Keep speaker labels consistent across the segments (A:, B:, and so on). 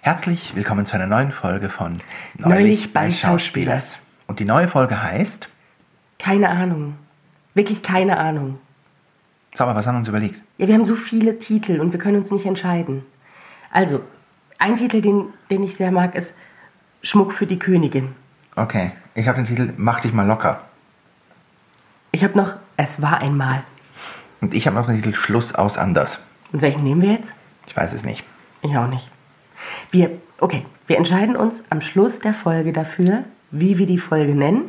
A: Herzlich willkommen zu einer neuen Folge von
B: Neulich bei Schauspielers.
A: Und die neue Folge heißt,
B: Keine Ahnung. Wirklich keine Ahnung.
A: sag mal, was haben wir uns überlegt?
B: Ja, wir haben so viele Titel und wir können uns nicht entscheiden. Also, ein Titel, den, den ich sehr mag, ist Schmuck für die Königin.
A: Okay, ich habe den Titel Mach dich mal locker.
B: Ich habe noch Es war einmal.
A: Und ich habe noch den Titel Schluss aus anders.
B: Und welchen nehmen wir jetzt?
A: Ich weiß es nicht.
B: Ich auch nicht. Wir, okay, wir entscheiden uns am Schluss der Folge dafür, wie wir die Folge nennen.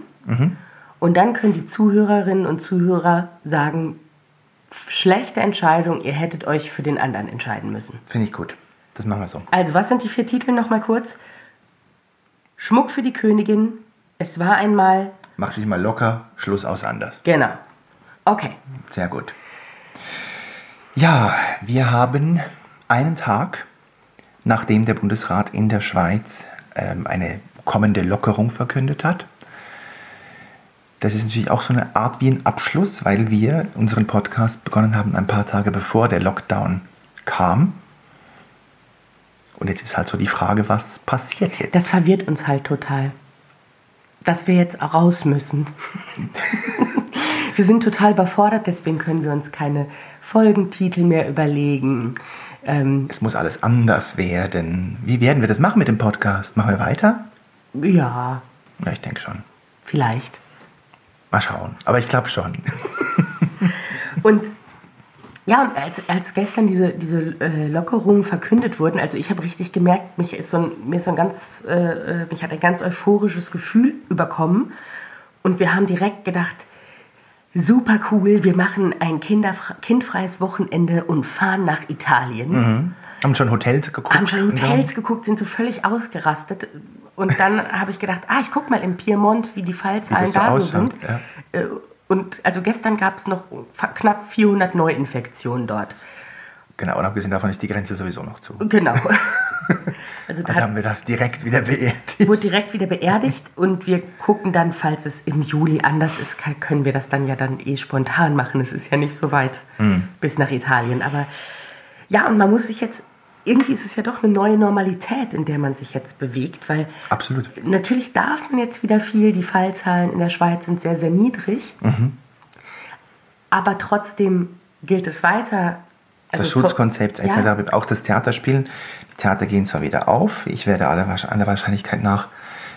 B: Und dann können die Zuhörerinnen und Zuhörer sagen, "Pff, schlechte Entscheidung, ihr hättet euch für den anderen entscheiden müssen.
A: Finde ich gut. Das machen wir so.
B: Also, was sind die vier Titel nochmal kurz? Schmuck für die Königin, Es war einmal,
A: Mach dich mal locker, Schluss aus anders.
B: genau. Okay,
A: Sehr gut. Ja, wir haben einen Tag, nachdem der Bundesrat in der Schweiz ähm, eine kommende Lockerung verkündet hat. Das ist natürlich auch so eine Art wie ein Abschluss, weil wir unseren Podcast begonnen haben ein paar Tage bevor der Lockdown kam. Und jetzt ist halt so die Frage, was passiert jetzt?
B: das verwirrt uns halt total. Dass wir jetzt raus müssen. wir sind total überfordert, deswegen können wir uns keine Folgentitel mehr überlegen. Ähm,
A: es muss alles anders werden. Wie werden wir das machen mit dem Podcast? Machen wir weiter?
B: ja,
A: Ja, ich denke schon.
B: vielleicht.
A: Mal schauen. Aber ich glaube schon.
B: Und ja, und als, als gestern diese, diese äh, Lockerungen verkündet wurden, also ich habe richtig gemerkt, mich ist so ein, mir ist so ein ganz, äh, äh, mich hat ein ganz euphorisches Gefühl überkommen. Und wir haben direkt gedacht, super cool, wir machen ein kinderfre kindfreies Wochenende und fahren nach Italien.
A: Hm? Haben schon Hotels geguckt.
B: Haben schon
A: und so.
B: Hotels geguckt, sind so völlig ausgerastet. Und dann habe ich gedacht, ah, ich guck mal im Piemont, wie die Fallzahlen
A: Wie das so
B: da so
A: ausschaut,
B: sind. Äh, Und also gestern gab es noch fa- knapp 400 Neuinfektionen dort.
A: Genau, und abgesehen davon ist die Grenze sowieso noch zu.
B: Genau. Also
A: Also
B: da hat,
A: haben wir das direkt wieder beerdigt.
B: wurde direkt wieder beerdigt und wir gucken dann, falls es im Juli anders ist, kann- können wir das dann ja dann eh spontan machen. Es ist ja nicht so weit
A: Hm.
B: bis nach Italien. Aber ja, und man muss sich jetzt, irgendwie ist es ja doch eine neue Normalität, in der man sich jetzt bewegt, weil
A: Absolut.
B: Natürlich darf man jetzt wieder viel. Die Fallzahlen in der Schweiz sind sehr, sehr niedrig.
A: Mhm.
B: Aber trotzdem gilt es weiter. Also
A: Das
B: so-
A: Schutzkonzept etc.
B: Ja,
A: wird auch das Theaterspielen. Die Theater gehen zwar wieder auf. Ich werde aller, Wahrsch- aller Wahrscheinlichkeit nach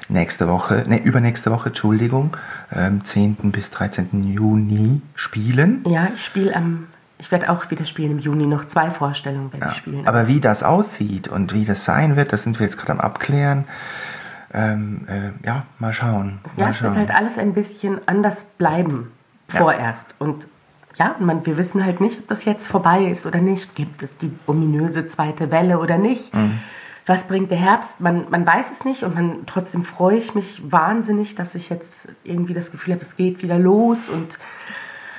A: nächste Woche, ne, übernächste Woche, Entschuldigung, ähm, 10. bis 13. Juni spielen.
B: ja ich spiele am. Ich werde auch wieder spielen im Juni. Noch zwei Vorstellungen werde ich spielen.
A: Aber wie das aussieht und wie das sein wird, das sind wir jetzt gerade am Abklären. Ähm, äh, ja, mal schauen.
B: ja,
A: mal
B: es wird
A: schauen.
B: halt alles ein bisschen anders bleiben.
A: Ja.
B: Vorerst. Und ja, und man, wir wissen halt nicht, ob das jetzt vorbei ist oder nicht. Gibt es die ominöse zweite Welle oder nicht?
A: Mhm.
B: Was bringt der Herbst? Man, man weiß es nicht und man, trotzdem freue ich mich wahnsinnig, dass ich jetzt irgendwie das Gefühl habe, es geht wieder los und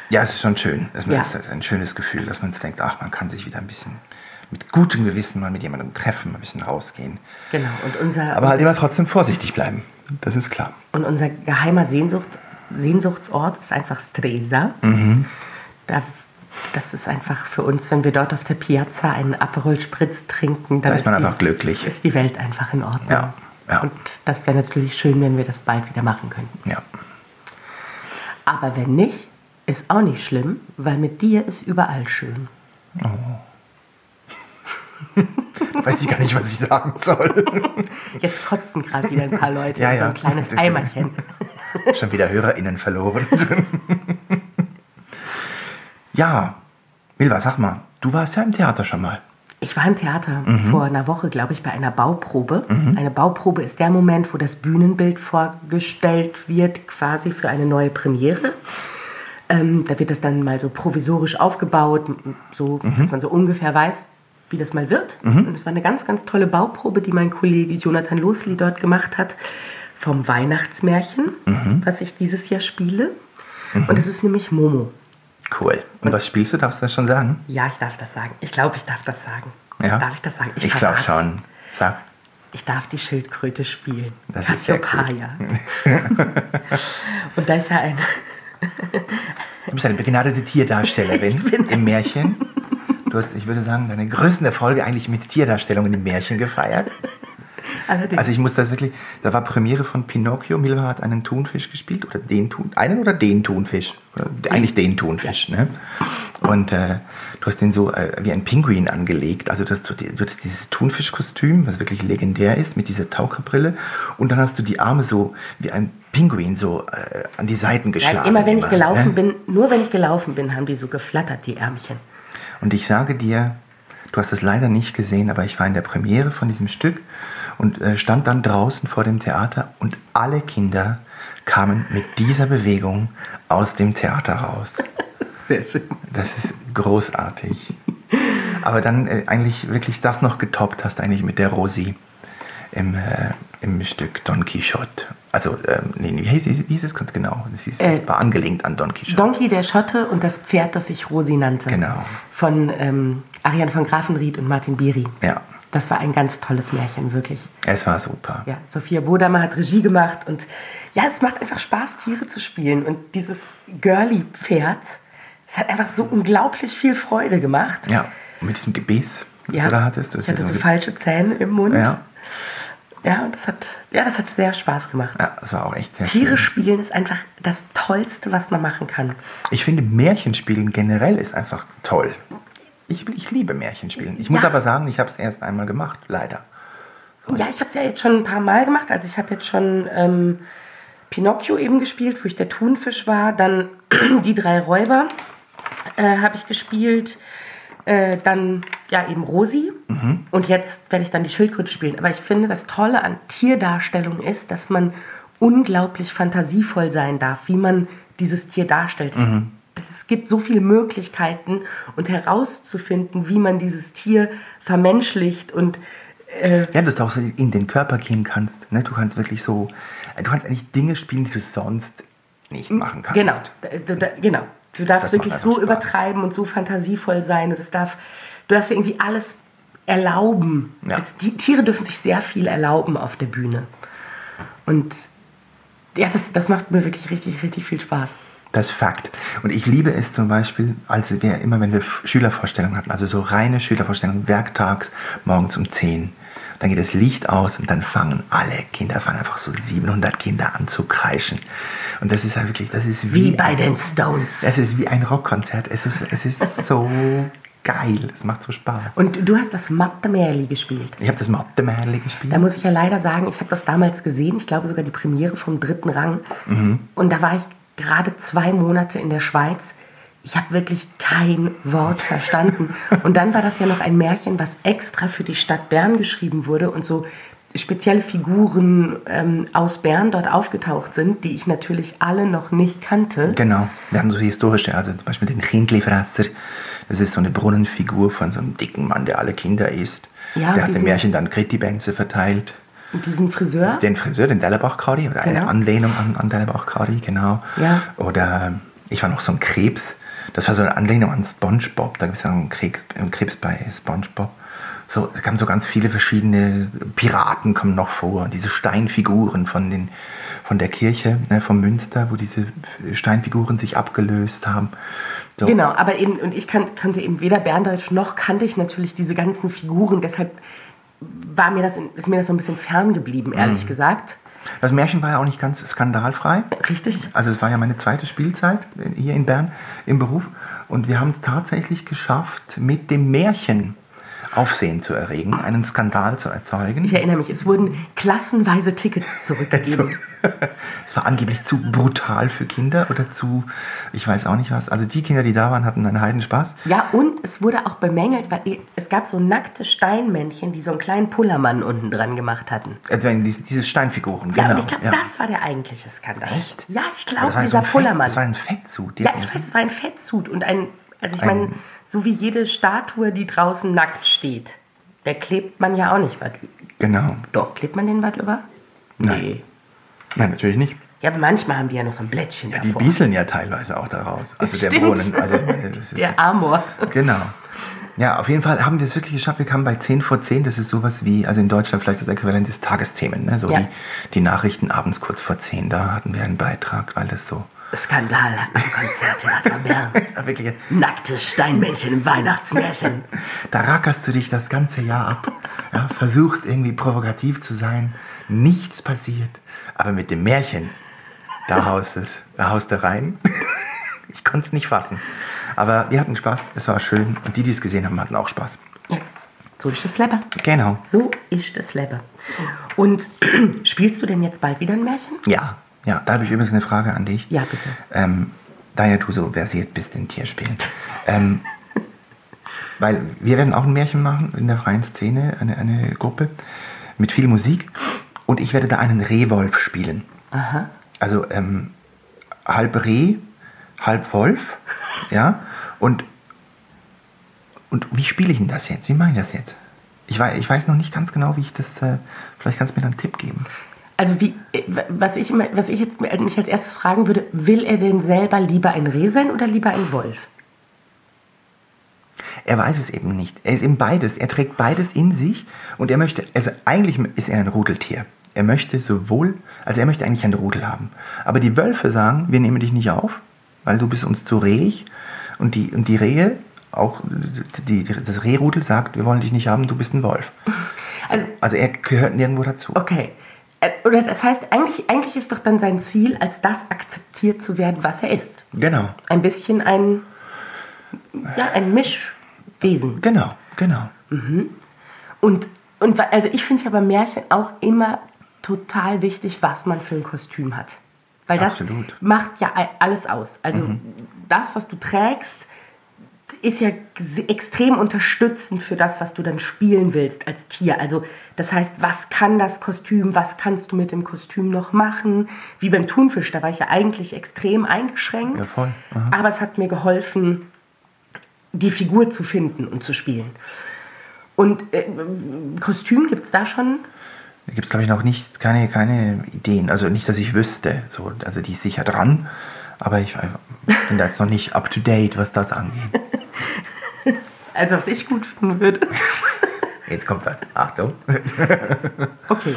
A: Ja, es ist schon schön. Es
B: Ja.
A: ist halt ein schönes Gefühl, dass man denkt, ach, man kann sich wieder ein bisschen mit gutem Gewissen mal mit jemandem treffen, mal ein bisschen rausgehen.
B: genau. Und unser,
A: Aber halt immer trotzdem vorsichtig bleiben. Das ist klar.
B: Und unser geheimer Sehnsucht, Sehnsuchtsort ist einfach Stresa.
A: Mhm.
B: Da, das ist einfach für uns, wenn wir dort auf der Piazza einen Aperol Spritz trinken, dann
A: Da ist man einfach glücklich.
B: Ist die Welt einfach in Ordnung.
A: Ja, ja.
B: Und das wäre natürlich schön, wenn wir das bald wieder machen könnten.
A: Ja.
B: Aber wenn nicht, ist auch nicht schlimm, weil mit dir ist überall schön.
A: Weiß ich gar nicht, was ich sagen soll.
B: Jetzt kotzen gerade wieder ein paar Leute
A: Ja,
B: in so
A: ja.
B: ein kleines Eimerchen.
A: schon wieder HörerInnen verloren. ja, Milva, sag mal, du warst ja im Theater schon mal.
B: Ich war im Theater
A: Mhm.
B: vor einer Woche, glaube ich, bei einer Bauprobe. Eine Bauprobe ist der Moment, wo das Bühnenbild vorgestellt wird, quasi für eine neue Premiere. Ähm, da wird das dann mal so provisorisch aufgebaut, m- so,
A: Mhm.
B: dass man so ungefähr weiß, wie das mal wird. Und es war eine ganz, ganz tolle Bauprobe, die mein Kollege Jonathan Losli dort gemacht hat, vom Weihnachtsmärchen,
A: Mhm.
B: was ich dieses Jahr spiele. Und es ist nämlich Momo.
A: Cool. Und was spielst du? Darfst du das schon sagen?
B: Ja, ich darf das sagen. Ich glaube, ich darf das sagen.
A: Ja?
B: Darf ich das sagen?
A: Ich, glaube
B: verrat's.
A: schon. Sag.
B: Ich darf die Schildkröte spielen.
A: Das ist sehr
B: Cassiopeia. und da ich ja ein,
A: Du bist eine begnadete Tierdarstellerin im Märchen. Du hast, ich würde sagen, deine größten Erfolge eigentlich mit Tierdarstellungen im Märchen gefeiert.
B: Allerdings.
A: Also ich muss das wirklich, da war Premiere von Pinocchio, Milva hat einen Thunfisch gespielt oder den Thun, einen oder den Thunfisch, Oder eigentlich den Thunfisch, ne? Und äh, du hast den so äh, wie ein Pinguin angelegt, also das, du du hattest dieses Thunfischkostüm, was wirklich legendär ist, mit dieser Taucherbrille und dann hast du die Arme so wie ein Pinguin so äh, an die Seiten geschlagen.
B: Nein, immer wenn ich gelaufen
A: ne?
B: bin, nur wenn ich gelaufen bin, haben die so geflattert, die Ärmchen.
A: Und ich sage dir, du hast es leider nicht gesehen, aber ich war in der Premiere von diesem Stück und äh, stand dann draußen vor dem Theater und alle Kinder kamen mit dieser Bewegung aus dem Theater raus.
B: Sehr schön.
A: Das ist großartig. Aber dann äh, eigentlich wirklich das noch getoppt hast, eigentlich mit der Rosi im, äh, im Stück Don Quixote. Also, ähm, nee, nee, wie hieß, wie hieß es ganz genau? Das, hieß,
B: Äh,
A: das war angelehnt an Don Quixote.
B: Donkey, der Schotte und das Pferd, das ich Rosi nannte.
A: Genau.
B: Von ähm, Ariane von Grafenried und Martin Biri.
A: ja,
B: Das war ein ganz tolles Märchen, wirklich.
A: es war super.
B: Ja, Sophia Bodamer hat Regie gemacht und ja, es macht einfach Spaß, Tiere zu spielen. Und dieses Girly-Pferd, es hat einfach so unglaublich viel Freude gemacht.
A: Ja, und mit diesem Gebiss, das
B: Ja.
A: du da hattest. Du hast
B: ich hatte
A: ja
B: so
A: ein Ge-
B: falsche Zähne im Mund.
A: Ja.
B: Ja, und das hat, ja, das hat sehr Spaß gemacht.
A: ja, das war auch echt sehr schön.
B: Tiere spielen ist einfach das Tollste, was man machen kann.
A: Ich finde, Märchenspielen generell ist einfach toll. Ich, ich liebe Märchenspielen. Ich muss
B: Ja.
A: aber sagen, ich habe es erst einmal gemacht, leider.
B: Ja, ich habe es ja jetzt schon ein paar Mal gemacht. Also ich habe jetzt schon ähm, Pinocchio eben gespielt, wo ich der Thunfisch war. Dann die drei Räuber äh, habe ich gespielt. Äh, dann ja eben Rosi. Und jetzt werde ich dann die Schildkröte spielen. Aber ich finde, das Tolle an Tierdarstellung ist, dass man unglaublich fantasievoll sein darf, wie man dieses Tier darstellt. Es gibt so viele Möglichkeiten und herauszufinden, wie man dieses Tier vermenschlicht und äh,
A: Ja, dass du auch so in den Körper gehen kannst. Ne? Du kannst wirklich so, du kannst eigentlich Dinge spielen, die du sonst nicht machen kannst.
B: Genau, da- da, da, genau. Du
A: Das
B: darfst
A: macht
B: wirklich
A: einfach
B: so
A: Spaß.
B: übertreiben und so fantasievoll sein und es darf, du darfst dir irgendwie alles erlauben.
A: Ja.
B: Als, die Tiere dürfen sich sehr viel erlauben auf der Bühne. Und ja, das, das macht mir wirklich richtig, richtig viel Spaß.
A: Das ist Fakt. Und ich liebe es zum Beispiel, als wir immer, wenn wir F- Schülervorstellungen hatten, also so reine Schülervorstellungen, werktags morgens um 10, dann geht das Licht aus und dann fangen alle Kinder, fangen einfach so 700 Kinder an zu kreischen. Und das ist halt wirklich, das ist wie,
B: Wie bei
A: ein-
B: den Stones.
A: Es ist wie ein Rockkonzert. Es ist, es ist so geil. Es macht so Spaß.
B: Und du hast das Matte Merli gespielt.
A: ich habe das Mathe-Mädel gespielt.
B: Da muss ich ja leider sagen, ich habe das damals gesehen, ich glaube sogar die Premiere vom dritten Rang. Und da war ich gerade zwei Monate in der Schweiz. Ich habe wirklich kein Wort verstanden. und dann war das ja noch ein Märchen, was extra für die Stadt Bern geschrieben wurde und so spezielle Figuren ähm, aus Bern dort aufgetaucht sind, die ich natürlich alle noch nicht kannte.
A: Genau, wir haben so historische, also zum Beispiel den Kindlifresser. Das ist so eine Brunnenfigur von so einem dicken Mann, der alle Kinder isst.
B: Ja,
A: der hat
B: diesen-
A: im Märchen dann Kritibenze verteilt.
B: Und diesen Friseur,
A: Den Friseur, den Dellerbach-Kari, oder eine
B: Genau.
A: Anlehnung an, an Dellerbach-Kari, genau.
B: Ja.
A: Oder ähm, ich war noch so ein Krebs. Das war so eine Anlehnung an SpongeBob. Da gibt es ja einen Krebs, einen Krebs bei SpongeBob. So, es kamen so ganz viele verschiedene Piraten kommen noch vor. Und diese Steinfiguren von, den, von der Kirche, ne, vom Münster, wo diese Steinfiguren sich abgelöst haben. So.
B: Genau, aber eben, und ich kan kannte eben weder Berndeutsch noch kannte ich natürlich diese ganzen Figuren, deshalb war mir das, ist mir das so ein bisschen fern geblieben,
A: Mhm.
B: ehrlich gesagt.
A: Das Märchen war ja auch nicht ganz skandalfrei.
B: Richtig?
A: Also es war ja meine zweite Spielzeit in- hier in Bern im Beruf und wir haben es tatsächlich geschafft, mit dem Märchen Aufsehen zu erregen, einen Skandal zu erzeugen.
B: Ich erinnere mich, es wurden klassenweise Tickets
A: Also,
B: zurückgegeben.
A: es war angeblich zu brutal für Kinder oder zu, ich weiß auch nicht was. Also die Kinder, die da waren, hatten einen Heidenspaß.
B: Ja, und es wurde auch bemängelt, weil ihr- es gab so nackte Steinmännchen, die so einen kleinen Pullermann unten dran gemacht hatten.
A: Also diese, diese Steinfiguren,
B: Ja, und
A: genau.
B: ich glaube,
A: ja.
B: das war der eigentliche Skandal.
A: Echt?
B: Ja, ich
A: Aber
B: glaube,
A: das war so
B: dieser
A: ein Fett,
B: Pullermann.
A: Das war ein Fettzug. die
B: Ja,
A: hatten-
B: ich weiß, es war ein Fettsuit und ein, also ich
A: Mhm. Ein-
B: meine, so wie jede Statue, die draußen nackt steht, der klebt man ja auch nicht was.
A: Genau.
B: Doch, klebt man den was über?
A: Nein. Nein, natürlich nicht.
B: Ja, aber manchmal haben die ja noch so ein Blättchen
A: Die
B: davor.
A: bieseln ja teilweise auch daraus. Also der
B: Stimmt.
A: Brunnen. Also, äh, das ist-
B: Der Amor.
A: Genau. Ja, auf jeden Fall haben wir es wirklich geschafft. Wir kamen bei 10 vor 10. Das ist sowas wie, also in Deutschland vielleicht das Äquivalent des Tagesthemen. Ne? So
B: Ja.
A: die, die Nachrichten abends kurz vor 10. Da hatten wir einen Beitrag, weil das so
B: Skandal am Konzerttheater Bern.
A: Ja, wirklich.
B: Nackte Steinmännchen im Weihnachtsmärchen.
A: Da rackerst du dich das ganze Jahr ab. Ja, versuchst irgendwie provokativ zu sein. Nichts passiert. Aber mit dem Märchen, da haust es. Da haust du rein. Ich konnte es nicht fassen. Aber wir hatten Spaß. Es war schön. Und die, die es gesehen haben, hatten auch Spaß.
B: Ja, so ist das Leber.
A: Genau.
B: So ist das Leber. Und spielst du denn jetzt bald wieder ein Märchen?
A: Ja. Ja, da habe ich übrigens eine Frage an dich.
B: Ja, bitte.
A: Ähm, da ja du so versiert bist in Tierspielen. Ähm, weil wir werden auch ein Märchen machen in der freien Szene, eine, eine Gruppe mit viel Musik. Und ich werde da einen Rehwolf spielen.
B: Aha.
A: Also ähm, halb Reh, halb Wolf. Ja. Und, und wie spiele ich denn das jetzt? Wie mache ich das jetzt? Ich weiß, ich weiß noch nicht ganz genau, wie ich das. Äh, vielleicht kannst du mir da einen Tipp geben.
B: Also wie, was ich, immer- was ich jetzt mich als erstes fragen würde, will er denn selber lieber ein Reh sein oder lieber ein Wolf?
A: Er weiß es eben nicht. Er ist eben beides. Er trägt beides in sich und er möchte, also eigentlich ist er ein Rudeltier. Er möchte sowohl, also er möchte eigentlich ein Rudel haben. Aber die Wölfe sagen, wir nehmen dich nicht auf, weil du bist uns zu rehig. Und die, und die Rehe, auch die, die, das Rehrudel sagt, wir wollen dich nicht haben, du bist ein Wolf.
B: Also,
A: Also er gehört nirgendwo dazu.
B: okay. Äh, Oder das heißt, eigentlich, eigentlich ist doch dann sein Ziel, als das akzeptiert zu werden, was er ist.
A: Genau,
B: Ein bisschen ein, ja, ein Mischwesen.
A: genau, genau.
B: Und, und wa- also ich finde ja bei Märchen auch immer total wichtig, was man für ein Kostüm hat. Weil das
A: Absolut.
B: macht ja all- alles aus. Also das, was du trägst, ist ja se- extrem unterstützend für das, was du dann spielen willst als Tier. Also das heißt, was kann das Kostüm, was kannst du mit dem Kostüm noch machen? Wie beim Thunfisch, da war ich ja eigentlich extrem eingeschränkt.
A: Ja, voll. Aha.
B: Aber es hat mir geholfen, die Figur zu finden und zu spielen. Und äh, Kostüm gibt es da schon?
A: Da gibt es, glaube ich, noch nicht, keine, keine Ideen. Also nicht, dass ich wüsste. So, also die ist sicher dran, aber ich bin da jetzt noch nicht up to date, was das angeht.
B: Also was ich gut finden würde.
A: Jetzt kommt was. Achtung.
B: Okay.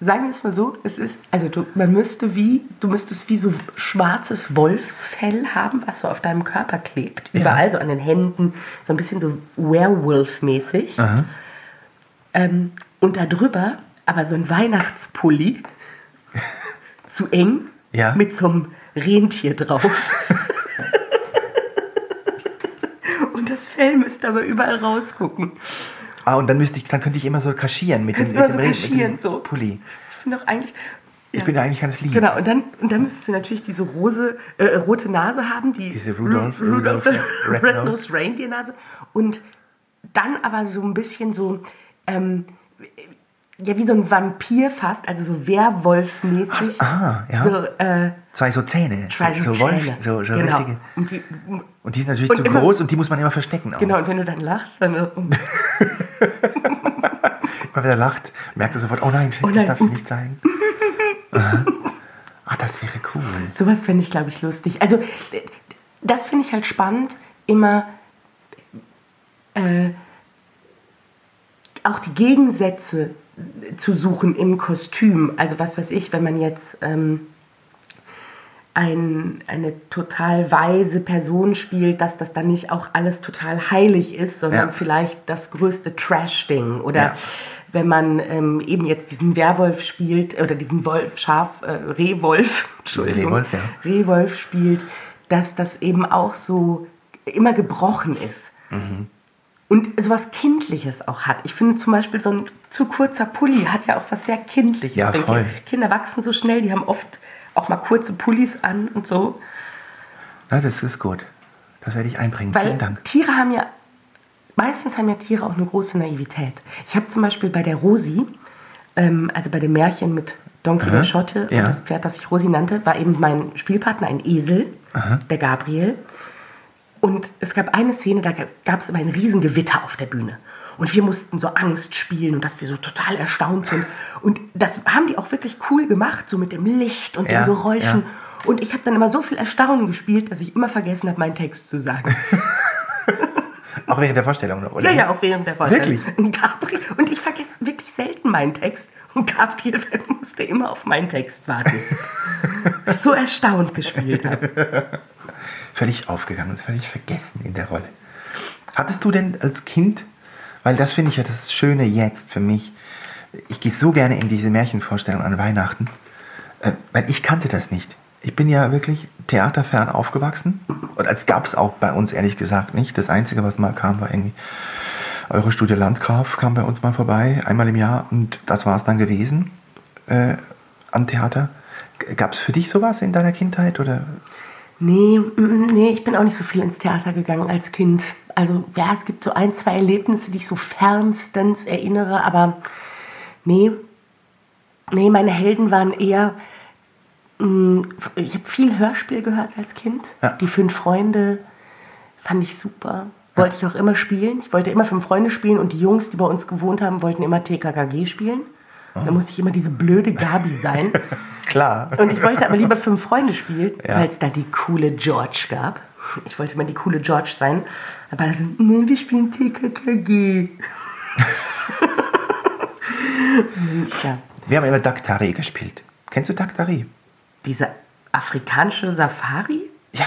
B: Sagen wir es mal so, es ist, also du, man müsste wie, du müsstest wie so schwarzes Wolfsfell haben, was so auf deinem Körper klebt.
A: Ja.
B: Überall so an den Händen, so ein bisschen so Werewolf-mäßig.
A: Aha.
B: Ähm, und darüber aber so ein Weihnachtspulli. zu eng.
A: Ja.
B: Mit so einem Rentier drauf. und das Fell müsste aber überall rausgucken.
A: Ah, und dann müsste ich, dann könnte ich immer so kaschieren mit dem,
B: Kannst
A: mit
B: immer
A: dem,
B: so
A: Ring-
B: kaschieren,
A: mit dem
B: so.
A: Pulli.
B: Ich finde doch eigentlich.
A: Ich
B: ja.
A: bin eigentlich ganz lieb.
B: Genau, und dann, und dann müsstest du natürlich diese rose, äh, rote Nase haben, die
A: Diese Rudolph-
B: Ru- Rudolph,
A: Rudolph Red-
B: Red,
A: Red Nose.
B: Nose Reindeer Nase. Und dann aber so ein bisschen so, ähm, ja, wie so ein Vampir fast, also so Werwolf-mäßig.
A: Ah, ja.
B: So, äh,
A: Zwei so Zähne.
B: Trial
A: so
B: and
A: Wolf,
B: Trailer.
A: so, so
B: genau.
A: richtige.
B: Und die,
A: Und die ist natürlich
B: Und
A: zu
B: immer-
A: groß und die muss man immer verstecken. Auch.
B: genau, und wenn du dann lachst, dann. um so,
A: Immer wenn er lacht, merkt er sofort, oh nein,
B: Oh
A: das
B: nein,
A: darf es
B: ups.
A: nicht sein. Aha. Ah, das wäre cool.
B: Sowas fände ich, glaube ich, lustig. Also, das finde ich halt spannend, immer äh, auch die Gegensätze zu suchen im Kostüm. Also, was weiß ich, wenn man jetzt ähm, ein, eine total weise Person spielt, dass das dann nicht auch alles total heilig ist, sondern
A: Ja.
B: vielleicht das größte Trash-Ding oder
A: Ja.
B: wenn man ähm, eben jetzt diesen Werwolf spielt oder diesen Wolf, Schaf, äh, Rehwolf, Entschuldigung,
A: Rehwolf, ja.
B: Rehwolf spielt, dass das eben auch so immer gebrochen ist.
A: Mhm.
B: Und sowas Kindliches auch hat. Ich finde zum Beispiel, so ein zu kurzer Pulli hat ja auch was sehr Kindliches.
A: Ja,
B: Wenn Ki-
A: voll.
B: Kinder wachsen so schnell, die haben oft auch mal kurze Pullis an und so.
A: Na, das ist gut. Das werde ich einbringen.
B: Weil
A: Vielen Dank.
B: Tiere haben ja, meistens haben ja Tiere auch eine große Naivität. Ich habe zum Beispiel bei der Rosi, ähm, also bei dem Märchen mit Donkey
A: Aha,
B: der Schotte
A: ja.
B: und das Pferd, das ich Rosi nannte, war eben mein Spielpartner ein Esel, der Gabriel. Und es gab eine Szene, da gab es immer ein Riesengewitter auf der Bühne. Und wir mussten so Angst spielen und dass wir so total erstaunt sind. Und das haben die auch wirklich cool gemacht, so mit dem Licht und
A: Ja,
B: den Geräuschen.
A: ja.
B: Und ich habe dann immer so viel Erstaunen gespielt, dass ich immer vergessen habe, meinen Text zu sagen.
A: Auch während der Vorstellung noch, oder?
B: Ja, ja, auch während der Folge.
A: Wirklich?
B: Und, Gabriel, und ich vergesse wirklich selten meinen Text. Und Gabriel musste immer auf meinen Text warten. Weil ich so erstaunt gespielt habe.
A: Völlig aufgegangen und völlig vergessen in der Rolle. Hattest du denn als Kind, weil das finde ich ja das Schöne jetzt für mich, ich gehe so gerne in diese Märchenvorstellung an Weihnachten, äh, weil ich kannte das nicht. Ich bin ja wirklich theaterfern aufgewachsen und als gab es auch bei uns ehrlich gesagt nicht. Das Einzige, was mal kam, war irgendwie eure Studie Landgraf kam bei uns mal vorbei, einmal im Jahr und das war es dann gewesen äh, an Theater. Gab es für dich sowas in deiner Kindheit oder
B: Nee, mm, nee, ich bin auch nicht so viel ins Theater gegangen als Kind. Also ja, es gibt so ein, zwei Erlebnisse, die ich so fernstens erinnere, aber nee, nee, meine Helden waren eher, mm, ich habe viel Hörspiel gehört als Kind.
A: Ja.
B: Die Fünf Freunde fand ich super. Wollte ich auch immer spielen. Ich wollte immer Fünf Freunde spielen und die Jungs, die bei uns gewohnt haben, wollten immer TKKG spielen. Da musste ich immer diese blöde Gabi sein.
A: Klar.
B: Und ich wollte aber lieber fünf Freunde spielen,
A: Ja.
B: weil es da die coole George gab. Ich wollte mal die coole George sein. Aber dann sind, nee, wir spielen TKKG. ja,
A: Wir haben immer Daktari gespielt. Kennst du Daktari?
B: diese afrikanische Safari?
A: Ja.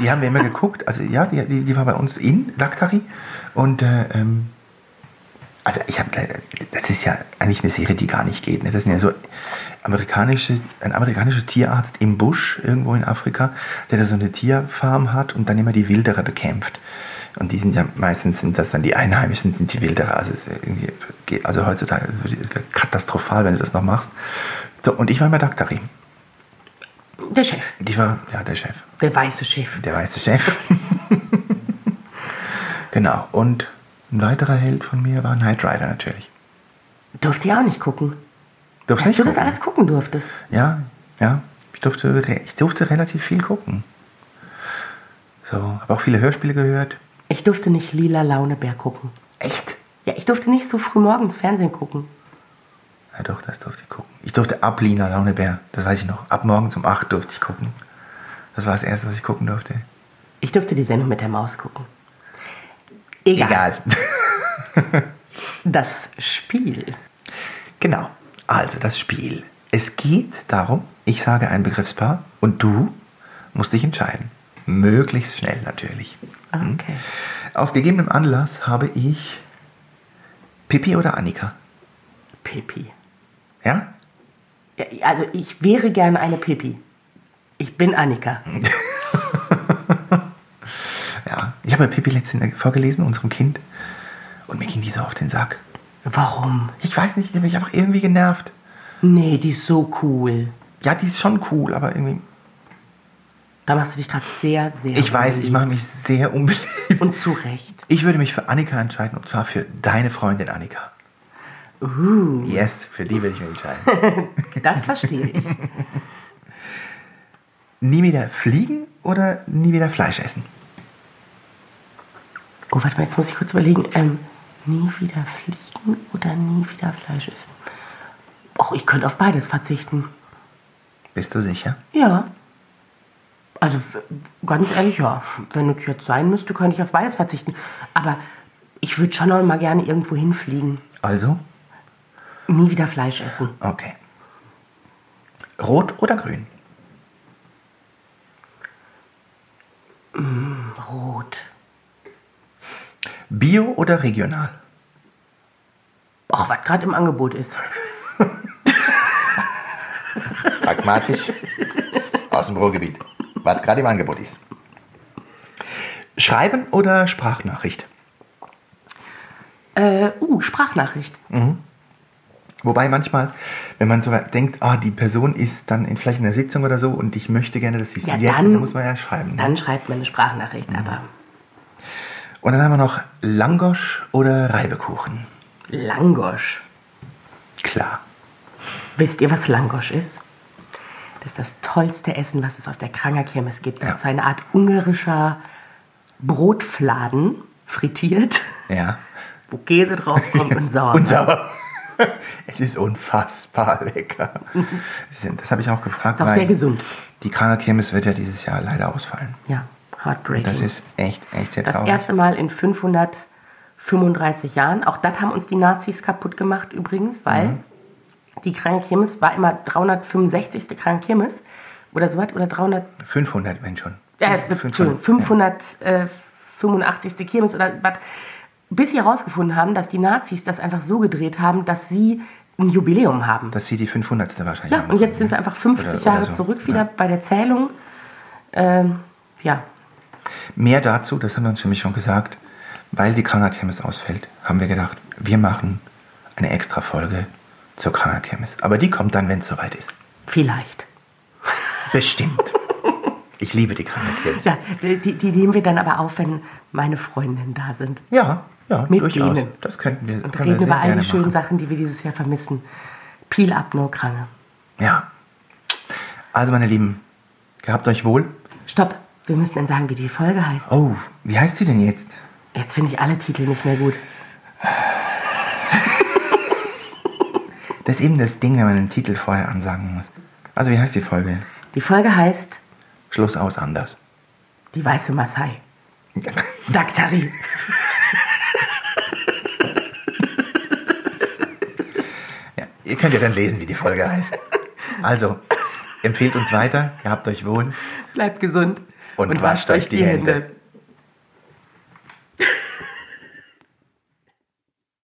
A: Die haben wir immer geguckt. Also ja, die, die, die war bei uns in Daktari. Und äh, ähm, also ich habe, das ist ja eigentlich eine Serie, die gar nicht geht. Ne? Das sind ja so amerikanische, ein amerikanischer Tierarzt im Busch irgendwo in Afrika, der da so eine Tierfarm hat und dann immer die Wilderer bekämpft. Und die sind ja meistens sind das dann die Einheimischen, sind die Wilderer. Also, es ist irgendwie, geht- also heutzutage würde- katastrophal, wenn du das noch machst. So, und ich war immer Daktari.
B: Der Chef,
A: Die war ja der Chef.
B: der weiße Chef.
A: Der weiße Chef. genau. Und ein weiterer Held von mir war Knight Rider natürlich.
B: Durfte ich auch nicht gucken.
A: Du
B: Dass du das alles gucken durftest.
A: Ja, ja. Ich durfte, re- ich durfte relativ viel gucken. So, habe auch viele Hörspiele gehört.
B: Ich durfte nicht Lila Launebär gucken.
A: Echt?
B: Ja, ich durfte nicht so früh morgens Fernsehen gucken.
A: Ja doch, das durfte ich gucken. Ich durfte ab Lina Launebär, das weiß ich noch. Ab morgens um 8 durfte ich gucken. Das war das Erste, was ich gucken durfte.
B: Ich durfte die Sendung mit der Maus gucken. Egal. Das Spiel.
A: Genau. Also das Spiel. Es geht darum, ich sage ein Begriffspaar und du musst dich entscheiden. Möglichst schnell natürlich.
B: Ah,
A: Hm?
B: Okay.
A: Aus gegebenem Anlass habe ich Pippi oder Annika.
B: Pippi.
A: Ja?
B: Ja, Also ich wäre gerne eine Pippi. Ich bin Annika.
A: Ja. Ich habe Pippi letztens vorgelesen, unserem Kind. Und mir ging die so auf den Sack.
B: Warum?
A: Ich weiß nicht, die hat mich einfach irgendwie genervt.
B: Nee, die ist so cool.
A: Ja, die ist schon cool, aber irgendwie.
B: Da machst du dich gerade sehr, sehr.
A: Ich weiß, ich mache mich sehr unbeliebt.
B: Und zu Recht.
A: Ich würde mich für Annika entscheiden und zwar für deine Freundin Annika.
B: Uh,
A: Yes, für die würde ich mich entscheiden.
B: das verstehe ich.
A: Nie wieder fliegen oder nie wieder Fleisch essen?
B: Oh, warte mal, jetzt muss ich kurz überlegen. Ähm, nie wieder fliegen oder nie wieder Fleisch essen? Och, ich könnte auf beides verzichten.
A: Bist du sicher?
B: Ja. Also f- ganz ehrlich, ja. Wenn es jetzt sein müsste, könnte ich auf beides verzichten. Aber ich würde schon auch mal gerne irgendwo hinfliegen.
A: Also?
B: Nie wieder Fleisch essen.
A: Okay. Rot oder grün?
B: Rot.
A: Bio oder regional?
B: Ach, was gerade im Angebot ist.
A: Pragmatisch. Aus dem Ruhrgebiet. Was gerade im Angebot ist. Schreiben oder Sprachnachricht?
B: Äh, uh, Sprachnachricht.
A: Mhm. Wobei manchmal, wenn man so denkt, ah, die Person ist dann in, vielleicht in der Sitzung oder so und ich möchte gerne, dass sie es
B: Ja,
A: jetzt,
B: dann-
A: dann muss man ja schreiben. ne?
B: Dann schreibt man eine Sprachnachricht, aber
A: Und dann haben wir noch Langosch oder Reibekuchen.
B: Langosch.
A: Klar.
B: Wisst ihr, was Langosch ist? Das ist das tollste Essen, was es auf der Kranger Kirmes gibt. Das
A: Ja.
B: ist so eine Art ungarischer Brotfladen, frittiert,
A: Ja.
B: wo Käse draufkommt und Sauer. ne?
A: Und sauer. Es ist unfassbar lecker. Das sind- Das habe ich auch gefragt,
B: Ist auch sehr
A: weil
B: gesund.
A: die Kranger Kirmes wird ja dieses Jahr leider ausfallen.
B: Ja, Heartbreaking.
A: Das ist echt, echt sehr
B: Das
A: traurig.
B: erste Mal in 535 Jahren. Auch das haben uns die Nazis kaputt gemacht übrigens, weil
A: Mhm.
B: die Grand Kirmes war immer 365. Grand Kirmes oder so was oder 300
A: 500, wenn schon.
B: äh, Entschuldigung, 585. Kirmes oder was, bis sie herausgefunden haben, dass die Nazis das einfach so gedreht haben, dass sie ein Jubiläum haben.
A: Dass sie die 500. wahrscheinlich
B: Ja,
A: haben
B: und
A: können,
B: jetzt sind wir
A: ne?
B: einfach 50
A: Oder- oder
B: Jahre
A: so.
B: zurück wieder
A: Ja.
B: bei der Zählung. Ähm, ja,
A: Mehr dazu, das haben wir uns nämlich schon gesagt, weil die Krankerchemis ausfällt, haben wir gedacht, wir machen eine extra Folge zur Krankerchemis. Aber die kommt dann, wenn es soweit ist.
B: vielleicht.
A: Bestimmt. ich liebe die Krankerchemis.
B: Ja, die, die nehmen wir dann aber auf, wenn meine Freundinnen da sind.
A: ja, ja,
B: Mit
A: durchaus.
B: denen.
A: Das könnten wir.
B: Und
A: können
B: reden
A: wir
B: über
A: sehr
B: all
A: gerne
B: die schönen
A: machen.
B: Sachen, die wir dieses Jahr vermissen. Peel up, no Krange.
A: Ja. Also, meine Lieben, gehabt euch wohl.
B: Stopp, wir müssen dann sagen, wie die Folge heißt.
A: Oh, wie heißt sie denn jetzt?
B: Jetzt finde ich alle Titel nicht mehr gut.
A: Das ist eben das Ding, wenn man den Titel vorher ansagen muss. Also, wie heißt die Folge?
B: Die Folge heißt
A: Schluss aus anders.
B: Die Weiße Maasai. Daktari.
A: Ihr könnt ja dann lesen, wie die Folge heißt. Also, empfehlt uns weiter, ihr habt euch wohl.
B: Bleibt gesund.
A: Und wascht euch die Hände.